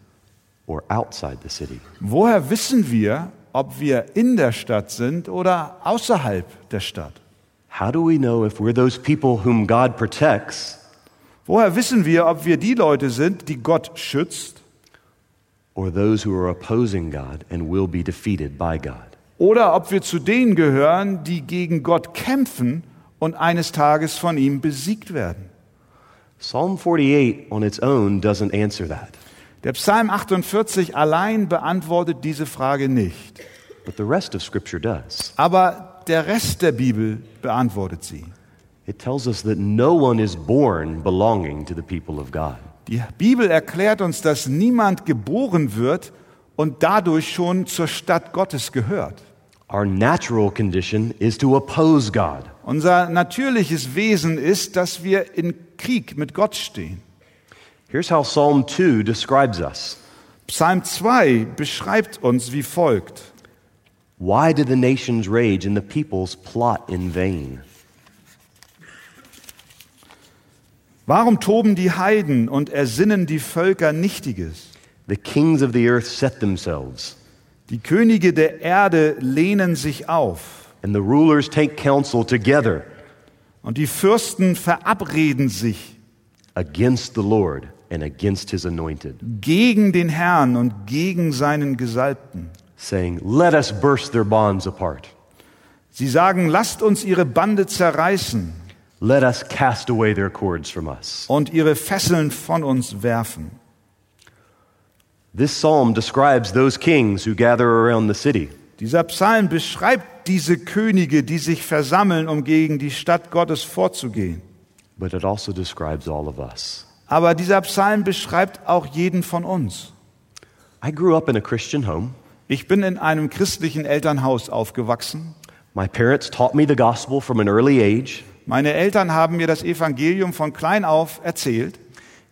Speaker 2: or outside the city?
Speaker 1: Woher wissen wir, ob wir in der Stadt sind oder außerhalb der Stadt?
Speaker 2: How do we know if we're those people whom God protects
Speaker 1: Woher wissen wir, ob wir die Leute sind, die Gott schützt
Speaker 2: or those who are opposing God and will be defeated by God?
Speaker 1: oder ob wir zu denen gehören, die gegen Gott kämpfen und eines Tages von ihm besiegt werden?
Speaker 2: Psalm 48 on its own doesn't answer that,
Speaker 1: Der Psalm 48 allein beantwortet diese Frage nicht,
Speaker 2: but the rest of Scripture does.
Speaker 1: aber der Rest der Bibel beantwortet sie.
Speaker 2: It tells us that no one is born belonging to the people of God.
Speaker 1: Die Bibel erklärt uns, dass niemand geboren wird und dadurch schon zur Stadt Gottes gehört.
Speaker 2: Our natural condition is to oppose God.
Speaker 1: Unser natürliches Wesen ist, dass wir in Krieg mit Gott stehen.
Speaker 2: Here's how Psalm 2 describes us
Speaker 1: Psalm 2 beschreibt uns wie folgt.
Speaker 2: Why do the nations rage and the peoples plot in vain?
Speaker 1: Warum toben die Heiden und ersinnen die Völker Nichtiges?
Speaker 2: The kings of the earth set themselves,
Speaker 1: Die Könige der Erde lehnen sich auf
Speaker 2: and the rulers take counsel together
Speaker 1: und die Fürsten verabreden sich
Speaker 2: against the Lord and against his anointed,
Speaker 1: gegen den Herrn und gegen seinen Gesalbten.
Speaker 2: saying, Let us burst their bonds apart.
Speaker 1: Sie sagen, lasst uns ihre Bande zerreißen
Speaker 2: Let us cast away their cords from us.
Speaker 1: und ihre Fesseln von uns werfen.
Speaker 2: This psalm describes those kings who gather around the city.
Speaker 1: Dieser Psalm beschreibt diese Könige, die sich versammeln, um gegen die Stadt Gottes vorzugehen.
Speaker 2: But it also describes all of us.
Speaker 1: Aber dieser Psalm beschreibt auch jeden von uns.
Speaker 2: I grew up in a Christian home.
Speaker 1: Ich bin in einem christlichen Elternhaus aufgewachsen.
Speaker 2: My parents taught me the gospel from an early age.
Speaker 1: Meine Eltern haben mir das Evangelium von klein auf erzählt.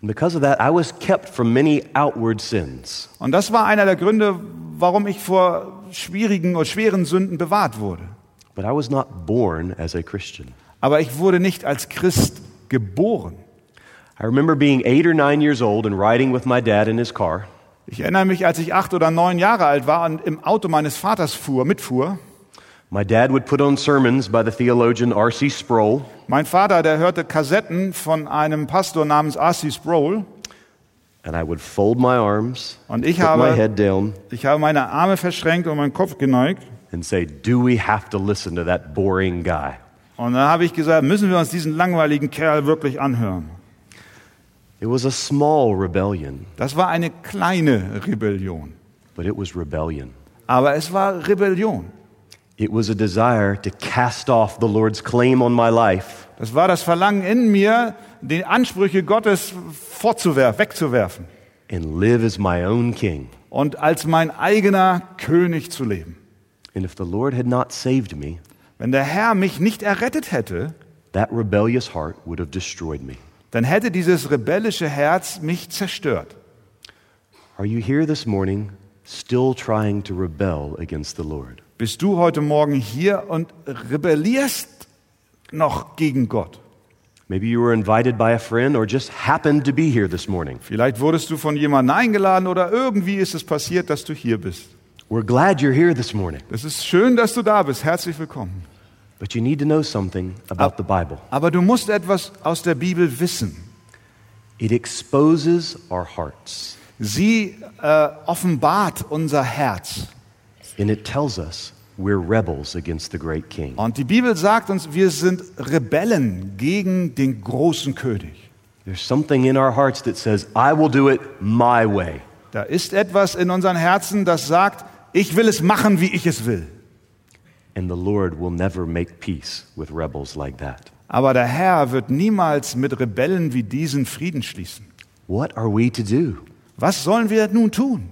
Speaker 2: And because of that, I was kept from many outward sins.
Speaker 1: Und das war einer der Gründe, warum ich vor schwierigen oder schweren Sünden bewahrt wurde.
Speaker 2: But I was not born as a Christian.
Speaker 1: Aber ich wurde nicht als Christ geboren.
Speaker 2: I remember being eight or nine years old and riding with my dad in his car.
Speaker 1: Ich erinnere mich, als ich acht oder neun Jahre alt war und im Auto meines Vaters fuhr, mitfuhr.
Speaker 2: My dad would put on sermons by the theologian R.C. Sproul,
Speaker 1: Mein Vater, der hörte Kassetten von einem Pastor namens R.C. Sproul.
Speaker 2: and I would fold my arms,
Speaker 1: Und ich
Speaker 2: put my
Speaker 1: habe,
Speaker 2: head down,
Speaker 1: ich habe meine Arme verschränkt und meinen Kopf geneigt.
Speaker 2: and say, Do we have to listen to that boring guy?
Speaker 1: Und dann habe ich gesagt, müssen wir uns diesen langweiligen Kerl wirklich anhören.
Speaker 2: It was a small rebellion,
Speaker 1: Das war eine kleine Rebellion.
Speaker 2: but it was rebellion.
Speaker 1: Aber es war Rebellion.
Speaker 2: It was a desire to cast off the Lord's claim on my life
Speaker 1: Das war das Verlangen in mir, die Ansprüche Gottes vorzuwerfen, wegzuwerfen
Speaker 2: and live as my own king.
Speaker 1: und als mein eigener König zu leben.
Speaker 2: And if the Lord had not saved me,
Speaker 1: Wenn der Herr mich nicht errettet hätte,
Speaker 2: that rebellious heart would have destroyed me.
Speaker 1: dann hätte dieses rebellische Herz mich zerstört.
Speaker 2: Are you here this morning still trying to rebel against the Lord?
Speaker 1: Bist du heute Morgen hier und rebellierst noch gegen Gott?
Speaker 2: Maybe you were invited by a friend or just happened to be here this morning.
Speaker 1: Vielleicht wurdest du von jemandem eingeladen oder irgendwie ist es passiert, dass du hier bist.
Speaker 2: We're glad you're here this morning,
Speaker 1: Es ist schön, dass du da bist. Herzlich willkommen.
Speaker 2: but you need to know something about the Bible.
Speaker 1: Aber du musst etwas aus der Bibel wissen.
Speaker 2: It exposes our hearts
Speaker 1: Sie äh, offenbart unser Herz.
Speaker 2: and it tells us we're rebels against the great King.
Speaker 1: Und die Bibel sagt uns, wir sind Rebellen gegen den großen König.
Speaker 2: There's something in our hearts that says, I will do it my way.
Speaker 1: Da ist etwas in unseren Herzen, das sagt, ich will es machen, wie ich es will.
Speaker 2: And the Lord will never make peace with rebels like that.
Speaker 1: Aber der Herr wird niemals mit Rebellen wie diesen Frieden schließen.
Speaker 2: What are we to do?
Speaker 1: Was sollen wir nun tun?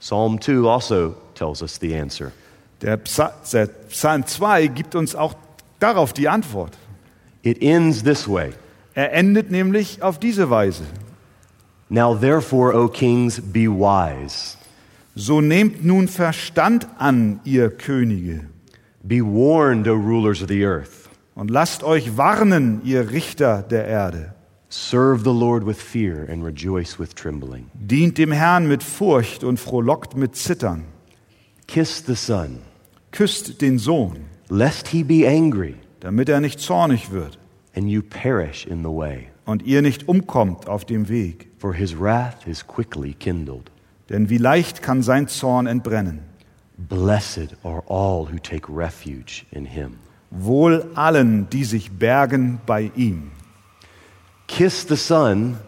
Speaker 2: Psalm 2 also tells us the answer.
Speaker 1: Der, Psa der Psalm 2 gibt uns auch darauf die Antwort.
Speaker 2: It ends this way
Speaker 1: Er endet nämlich auf diese Weise.
Speaker 2: Now, therefore, O kings, be wise.
Speaker 1: So nehmt nun Verstand an, ihr Könige,
Speaker 2: Be warned, O rulers of the earth.
Speaker 1: und lasst euch warnen, ihr Richter der Erde.
Speaker 2: Serve the Lord with fear and rejoice with trembling.
Speaker 1: Dient dem Herrn mit Furcht und frohlockt mit Zittern.
Speaker 2: Kiss the Son,
Speaker 1: Küsst den Sohn,
Speaker 2: lest he be angry
Speaker 1: damit er nicht zornig wird
Speaker 2: and you perish in the way,
Speaker 1: und ihr nicht umkommt auf dem Weg.
Speaker 2: for his wrath is quickly kindled.
Speaker 1: Denn wie leicht kann sein Zorn entbrennen.
Speaker 2: Blessed are all who take refuge in him.
Speaker 1: Wohl allen, die sich bergen bei ihm.
Speaker 2: Kiss the Son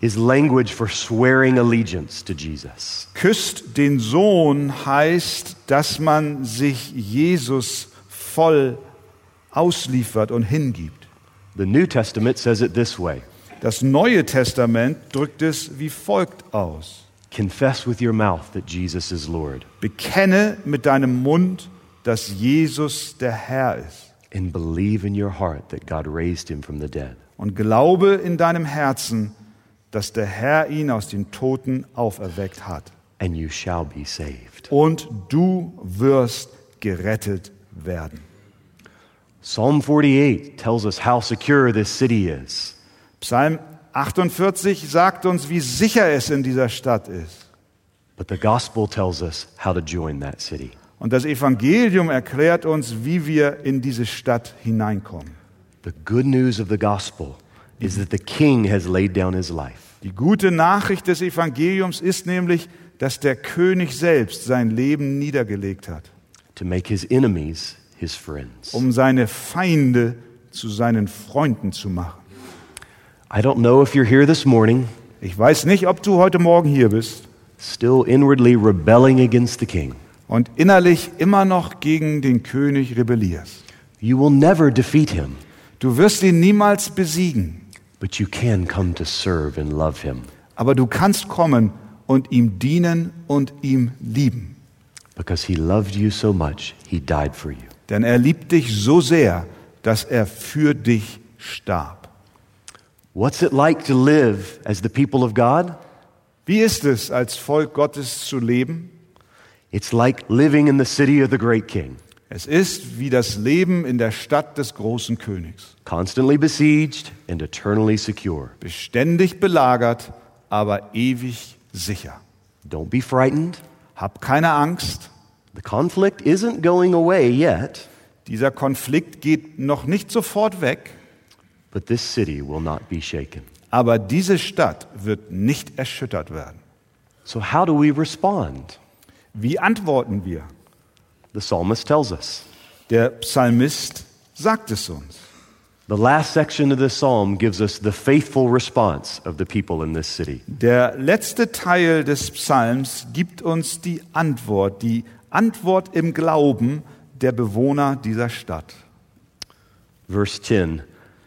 Speaker 2: is language for swearing allegiance to Jesus.
Speaker 1: Küsst den Sohn heißt, dass man sich Jesus voll ausliefert und hingibt.
Speaker 2: The New Testament says it this way
Speaker 1: Das Neue Testament drückt es wie folgt aus.
Speaker 2: Confess with your mouth that Jesus is Lord,
Speaker 1: Bekenne mit deinem Mund, dass Jesus der Herr ist
Speaker 2: and believe in your heart that God raised him from the dead.
Speaker 1: und glaube in deinem Herzen, dass der Herr ihn aus den Toten auferweckt hat.
Speaker 2: and you shall be saved.
Speaker 1: Und du wirst gerettet werden.
Speaker 2: Psalm 48 tells us how secure this city is.
Speaker 1: Psalm 48 sagt uns, wie sicher es in dieser Stadt ist.
Speaker 2: But the gospel tells us how to join that city.
Speaker 1: Und das Evangelium erklärt uns, wie wir in diese Stadt hineinkommen.
Speaker 2: The good news of the gospel is that the king has laid down his life.
Speaker 1: Die gute Nachricht des Evangeliums ist nämlich, dass der König selbst sein Leben niedergelegt hat,
Speaker 2: to make his enemies his friends.
Speaker 1: um seine Feinde zu seinen Freunden zu machen.
Speaker 2: I don't know if you're here this morning
Speaker 1: Ich weiß nicht, ob du heute Morgen hier bist
Speaker 2: still inwardly rebelling against the king.
Speaker 1: und innerlich immer noch gegen den König rebellierst.
Speaker 2: You will never defeat him,
Speaker 1: Du wirst ihn niemals besiegen,
Speaker 2: but you can come to serve and love him
Speaker 1: aber du kannst kommen und ihm dienen und ihm lieben.
Speaker 2: because he loved you so much, he died for you.
Speaker 1: Denn er liebt dich so sehr, dass er für dich starb.
Speaker 2: What's it like to live as the people of God?
Speaker 1: Wie ist es, als Volk Gottes zu leben?
Speaker 2: It's like living in the city of the great king,
Speaker 1: Es ist wie das Leben in der Stadt des großen Königs.
Speaker 2: constantly besieged and eternally secure.
Speaker 1: Beständig belagert, aber ewig sicher.
Speaker 2: Don't be frightened.
Speaker 1: Hab keine Angst.
Speaker 2: The conflict isn't going away yet,
Speaker 1: Dieser Konflikt geht noch nicht sofort weg,
Speaker 2: but this city will not be shaken.
Speaker 1: aber diese Stadt wird nicht erschüttert werden.
Speaker 2: So, how do we respond?
Speaker 1: Wie antworten wir?
Speaker 2: The psalmist tells us.
Speaker 1: Der Psalmist sagt es uns.
Speaker 2: The last section of this psalm gives us the faithful response of the people in this city.
Speaker 1: Der letzte Teil des Psalms gibt uns die Antwort, die Antwort im Glauben der Bewohner dieser Stadt.
Speaker 2: Verse 10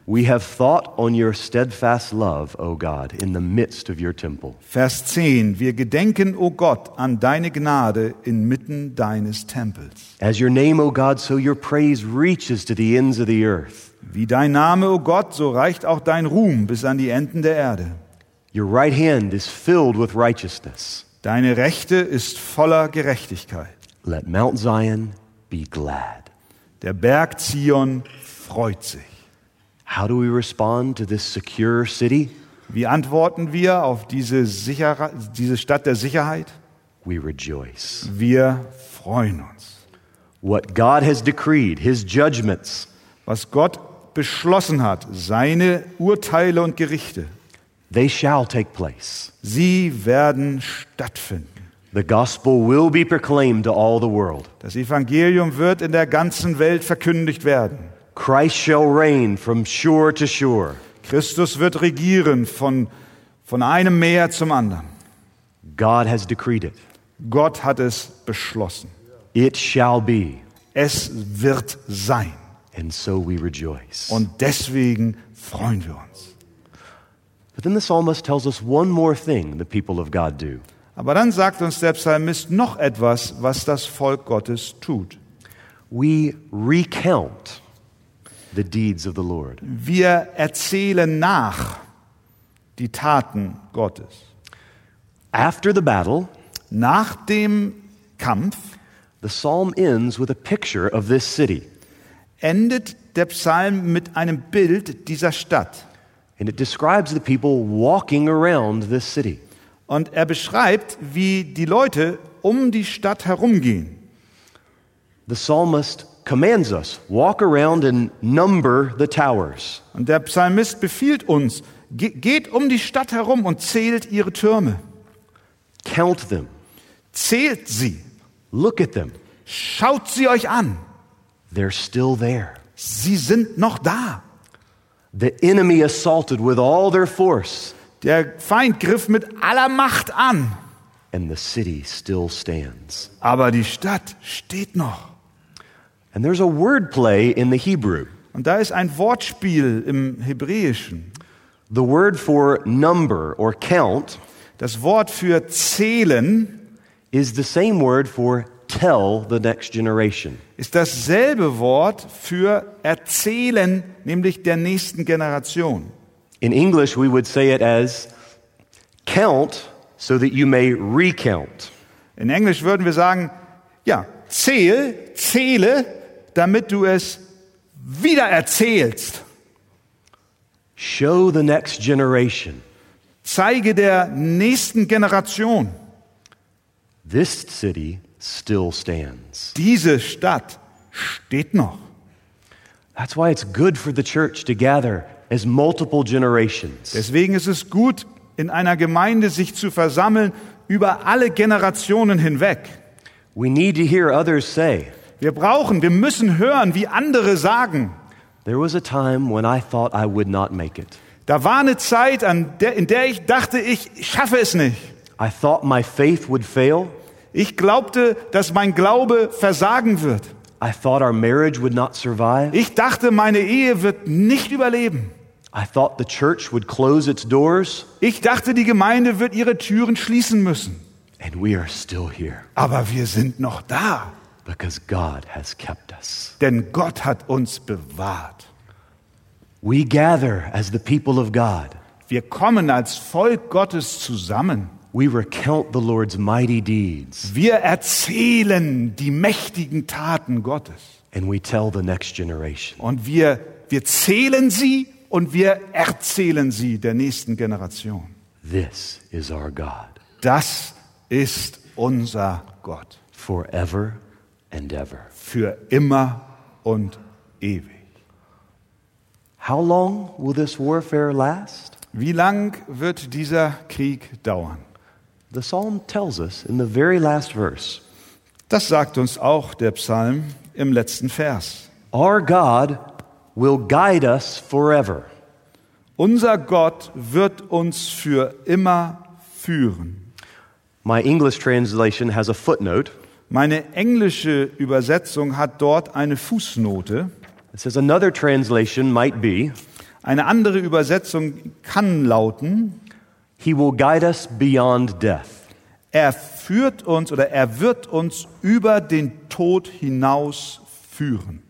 Speaker 2: We have thought on your steadfast love, O God, in the midst of your temple.
Speaker 1: Vers 10. Wir gedenken, o Gott, an deine Gnade inmitten deines Tempels.
Speaker 2: As your name, O God, so your praise reaches to the ends of the earth.
Speaker 1: Wie dein Name, o Gott, so reicht auch dein Ruhm bis an die Enden der Erde.
Speaker 2: Your right hand is filled with righteousness.
Speaker 1: Deine Rechte ist voller Gerechtigkeit.
Speaker 2: Let Mount Zion be glad.
Speaker 1: Der Berg Zion freut sich.
Speaker 2: How do we respond to this secure city?
Speaker 1: Wie antworten wir auf diese, Sicher diese Stadt der Sicherheit?
Speaker 2: We rejoice.
Speaker 1: Wir freuen uns.
Speaker 2: What God has decreed, his judgments,
Speaker 1: Was Gott beschlossen hat, seine Urteile und Gerichte,
Speaker 2: they shall take place.
Speaker 1: sie werden stattfinden.
Speaker 2: The gospel will be proclaimed to all the world.
Speaker 1: Das Evangelium wird in der ganzen Welt verkündigt werden.
Speaker 2: Christ shall reign from shore to shore.
Speaker 1: Christus wird regieren von, von einem Meer zum anderen.
Speaker 2: God has decreed it.
Speaker 1: Gott hat es beschlossen.
Speaker 2: It shall be.
Speaker 1: Es wird sein.
Speaker 2: And so we rejoice.
Speaker 1: Und deswegen freuen wir uns.
Speaker 2: But then the psalmist tells us one more thing the people of God do.
Speaker 1: Aber dann sagt uns der Psalmist noch etwas, was das Volk Gottes tut.
Speaker 2: We recount the deeds of the Lord.
Speaker 1: Wir erzählen nach die Taten Gottes.
Speaker 2: After the battle,
Speaker 1: Nach dem Kampf
Speaker 2: the psalm ends with a picture of this city,
Speaker 1: endet der Psalm mit einem Bild dieser Stadt.
Speaker 2: and it describes the people walking around this city.
Speaker 1: Und er beschreibt, wie die Leute um die Stadt herumgehen.
Speaker 2: The psalmist commands us walk around and number the towers.
Speaker 1: Und der Psalmist befiehlt uns, "Ge- geht um die Stadt herum und zählt ihre Türme.
Speaker 2: Count them,
Speaker 1: Zählt sie,
Speaker 2: look at them.
Speaker 1: schaut sie euch an.
Speaker 2: They're still there.
Speaker 1: Sie sind noch da.
Speaker 2: The enemy assaulted with all their force,
Speaker 1: Der Feind griff mit aller Macht an,
Speaker 2: and the city still stands.
Speaker 1: aber die Stadt steht noch.
Speaker 2: And there's a word play in the Hebrew.
Speaker 1: Und da ist ein Wortspiel im Hebräischen.
Speaker 2: The word for number or count
Speaker 1: Das Wort für zählen
Speaker 2: is the same word for tell the next generation.
Speaker 1: ist dasselbe Wort für erzählen, nämlich der nächsten Generation.
Speaker 2: In English, we would say it as count so that you may recount.
Speaker 1: In Englisch würden wir sagen, ja, zähl, zähle, damit du es wieder erzählst.
Speaker 2: Show the next generation.
Speaker 1: Zeige der nächsten Generation,
Speaker 2: This city still stands.
Speaker 1: diese Stadt steht noch.
Speaker 2: That's why it's good for the church to gather as multiple generations.
Speaker 1: Deswegen ist es gut, in einer Gemeinde sich zu versammeln über alle Generationen hinweg.
Speaker 2: We need to hear others say,
Speaker 1: Wir brauchen, wir müssen hören, wie andere sagen.
Speaker 2: There was a time when I thought I would not make it.
Speaker 1: Da war eine Zeit, an der, in der ich dachte, ich schaffe es nicht.
Speaker 2: I thought my faith would fail.
Speaker 1: Ich glaubte, dass mein Glaube versagen wird.
Speaker 2: I thought our marriage would not survive.
Speaker 1: Ich dachte, meine Ehe wird nicht überleben.
Speaker 2: I thought the church would close its doors,
Speaker 1: Ich dachte, die Gemeinde wird ihre Türen schließen müssen.
Speaker 2: and we are still here
Speaker 1: Aber wir sind noch da,
Speaker 2: because God has kept us.
Speaker 1: denn Gott hat uns bewahrt.
Speaker 2: We gather as the people of God.
Speaker 1: Wir kommen als Volk Gottes zusammen.
Speaker 2: We recount the Lord's mighty deeds,
Speaker 1: Wir erzählen die mächtigen Taten Gottes
Speaker 2: and we tell the next generation.
Speaker 1: und wir, wir zählen sie und wir erzählen sie der nächsten Generation.
Speaker 2: This is our God
Speaker 1: Das ist unser Gott
Speaker 2: forever and ever.
Speaker 1: für immer und ewig.
Speaker 2: How long will this warfare last?
Speaker 1: Wie lang wird dieser Krieg dauern?
Speaker 2: The psalm tells us in the very last verse
Speaker 1: Das sagt uns auch der Psalm im letzten Vers.
Speaker 2: Our God will guide us forever.
Speaker 1: Unser Gott wird uns für immer führen.
Speaker 2: My English translation has a footnote.
Speaker 1: Meine englische Übersetzung hat dort eine Fußnote.
Speaker 2: It says another translation might be,
Speaker 1: Eine andere Übersetzung kann lauten,
Speaker 2: He will guide us beyond death.
Speaker 1: er führt uns oder er wird uns über den Tod hinaus führen.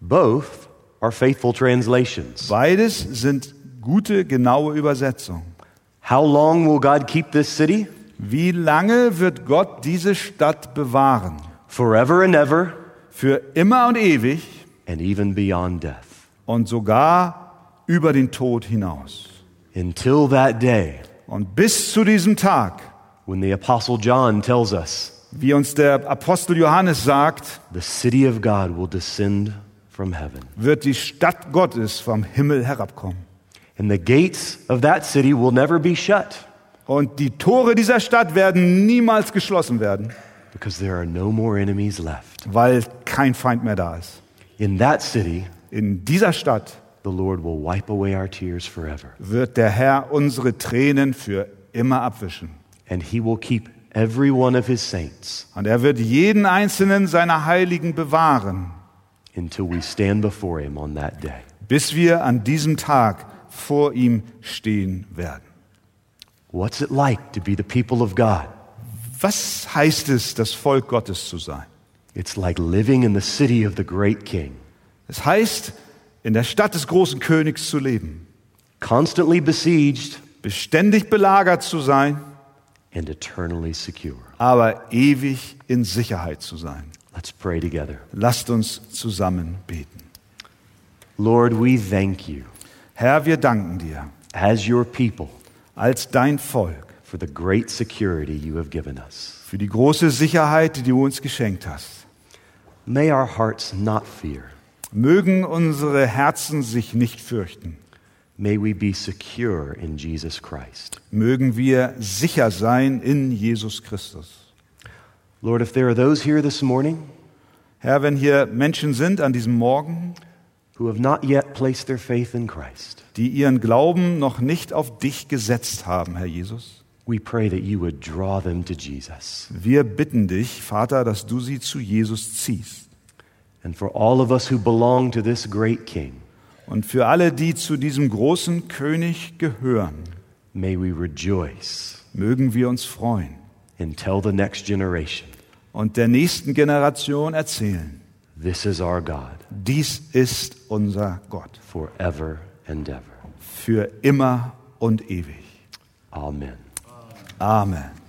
Speaker 2: Both are faithful translations.
Speaker 1: Beides sind gute, genaue Übersetzungen.
Speaker 2: How long will God keep this city?
Speaker 1: Wie lange wird Gott diese Stadt bewahren?
Speaker 2: Forever and ever,
Speaker 1: Für immer und ewig
Speaker 2: and even beyond death.
Speaker 1: und sogar über den Tod hinaus.
Speaker 2: Until that day
Speaker 1: Und bis zu diesem Tag,
Speaker 2: when the Apostle John tells us,
Speaker 1: wie uns der Apostel Johannes sagt,
Speaker 2: the city of God will descend from heaven,
Speaker 1: wird die Stadt Gottes vom Himmel herabkommen.
Speaker 2: and the gates of that city will never be shut
Speaker 1: Und die Tore dieser Stadt werden niemals geschlossen werden,
Speaker 2: because there are no more enemies left.
Speaker 1: weil kein Feind mehr da ist.
Speaker 2: In that city,
Speaker 1: In dieser Stadt
Speaker 2: the Lord will wipe away our tears forever,
Speaker 1: wird der Herr unsere Tränen für immer abwischen.
Speaker 2: and he will keep every one of his saints
Speaker 1: Und er wird jeden einzelnen seiner Heiligen bewahren,
Speaker 2: until we stand before him on that day.
Speaker 1: bis wir an diesem Tag vor ihm stehen werden.
Speaker 2: What's it like to be the people of God?
Speaker 1: Was heißt es, das Volk Gottes zu sein?
Speaker 2: It's like living in the city of the great king,
Speaker 1: Es heißt, in der Stadt des großen Königs zu leben,
Speaker 2: constantly besieged
Speaker 1: beständig belagert zu sein,
Speaker 2: and eternally secure.
Speaker 1: aber ewig in Sicherheit zu sein.
Speaker 2: Let's pray together.
Speaker 1: Lasst uns zusammen beten.
Speaker 2: Lord, we thank you
Speaker 1: Herr, wir danken dir
Speaker 2: as your people
Speaker 1: als dein Volk
Speaker 2: for the great security you have given us.
Speaker 1: für die große Sicherheit, die du uns geschenkt hast.
Speaker 2: May our hearts not fear.
Speaker 1: Mögen unsere Herzen sich nicht fürchten.
Speaker 2: May we be secure in Jesus Christ.
Speaker 1: Mögen wir sicher sein in Jesus Christus.
Speaker 2: Lord, if there are those here this morning
Speaker 1: Herr, wenn hier Menschen sind an diesem Morgen,
Speaker 2: who have not yet placed their faith in Christ,
Speaker 1: die ihren Glauben noch nicht auf dich gesetzt haben, Herr Jesus,
Speaker 2: we pray that you would draw them to Jesus.
Speaker 1: wir bitten dich, Vater, dass du sie zu Jesus ziehst.
Speaker 2: And for all of us who belong to this great King,
Speaker 1: Und für alle, die zu diesem großen König gehören,
Speaker 2: may we rejoice
Speaker 1: mögen wir uns freuen
Speaker 2: and tell the next generation
Speaker 1: und der nächsten Generation erzählen,
Speaker 2: this is our God
Speaker 1: dies ist unser Gott
Speaker 2: forever and ever.
Speaker 1: für immer und ewig.
Speaker 2: Amen.
Speaker 1: Amen.